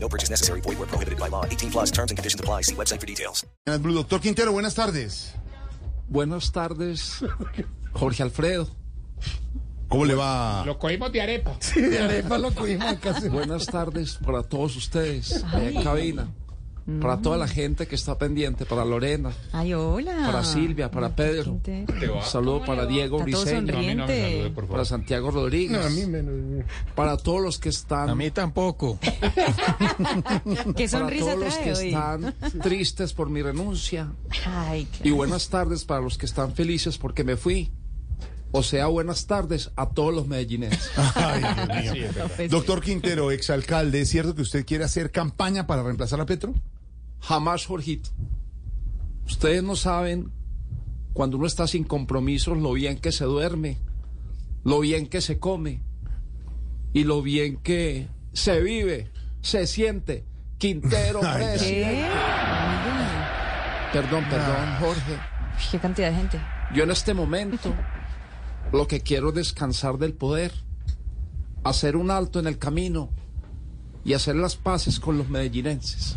No purchase necessary. Void where prohibited by law. 18 plus terms and conditions apply. See website for details. Blue. Doctor Quintero, buenas tardes. Buenas tardes, Jorge Alfredo. ¿Cómo le va? Lo cogimos de arepa. Buenas tardes para todos ustedes allá en cabina. Para toda la gente que está pendiente, para Lorena, Ay, hola. para Silvia, para Pedro. Un saludo para Diego Está todo Briseño, No me salude, sonriente. por para favor. Santiago Rodríguez, para todos los que están, tampoco. Qué para sonrisa todos los que trae hoy. están tristes por mi renuncia. Ay, qué- Y buenas tardes para los que están felices porque me fui. O sea, buenas tardes a todos los medellinenses. Ay, Dios mío. pues, Doctor Quintero, exalcalde, ¿es cierto que usted quiere hacer campaña para reemplazar a Petro? Jamás, Jorgito. Ustedes no saben, cuando uno está sin compromisos, lo bien que se duerme, lo bien que se come y lo bien que se vive, se siente. Quintero Ay, ya. presidente. ¿Qué? Oiga, Perdón, perdón, Jorge. qué cantidad de gente. Yo en este momento lo que quiero es descansar del poder, hacer un alto en el camino y hacer las paces con los medellinenses.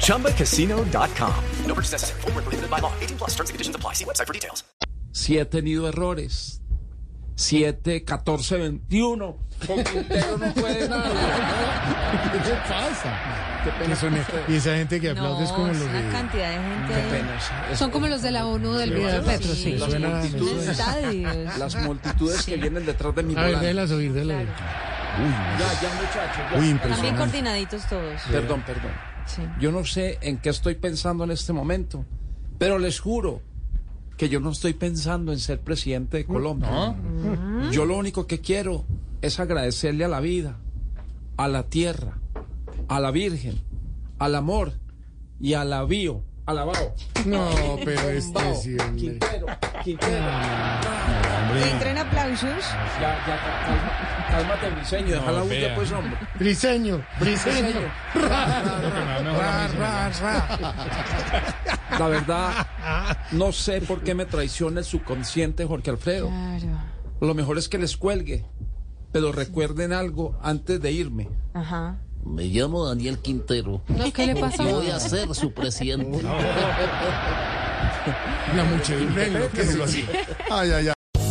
ChumbaCasino.com. No purchase necessary. Void where prohibited by law. 18 plus terms and conditions apply. See website for details. Si he tenido errores. 7, 14, 21. Con Quintero no puede nada. ¿Qué pasa? Qué pena con ustedes. Y esa gente que No, aplaude es es como lo una que... cantidad de gente. Qué pena. Es- Son como los de la ONU del video de Petro, sí. Las suena- me multitudes, Estadios. las multitudes que vienen detrás de mi A ver, volante. délas oír, délas oír. Ya, ya, muchachos. ya. Uy, También impresionante. coordinaditos todos. Perdón, perdón. Sí. Yo no sé en qué estoy pensando en este momento, pero les juro que yo no estoy pensando en ser presidente de Colombia. Yo lo único que quiero es agradecerle a la vida, a la tierra, a la Virgen, al amor y a la bio. Alabado. No, pero este Bao, sí, hombre. Ah. Quintero, Quintero. Entren aplausos. Ya, ya, calma- cálmate, Briseño. Déjala No, un vea. pues, hombre. Briseño, briseño. Briseño. Ah, no, Ra, no, ra, ra. La verdad, no sé por qué me traiciona el subconsciente, Jorge Alfredo. Claro. Lo mejor es que les cuelgue, pero recuerden algo antes de irme. Ajá. Me llamo Daniel Quintero No, ¿Qué le y voy a pasó? ser su presidente. La muchedumbre enloqueció así. Ay, ay, ay.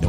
No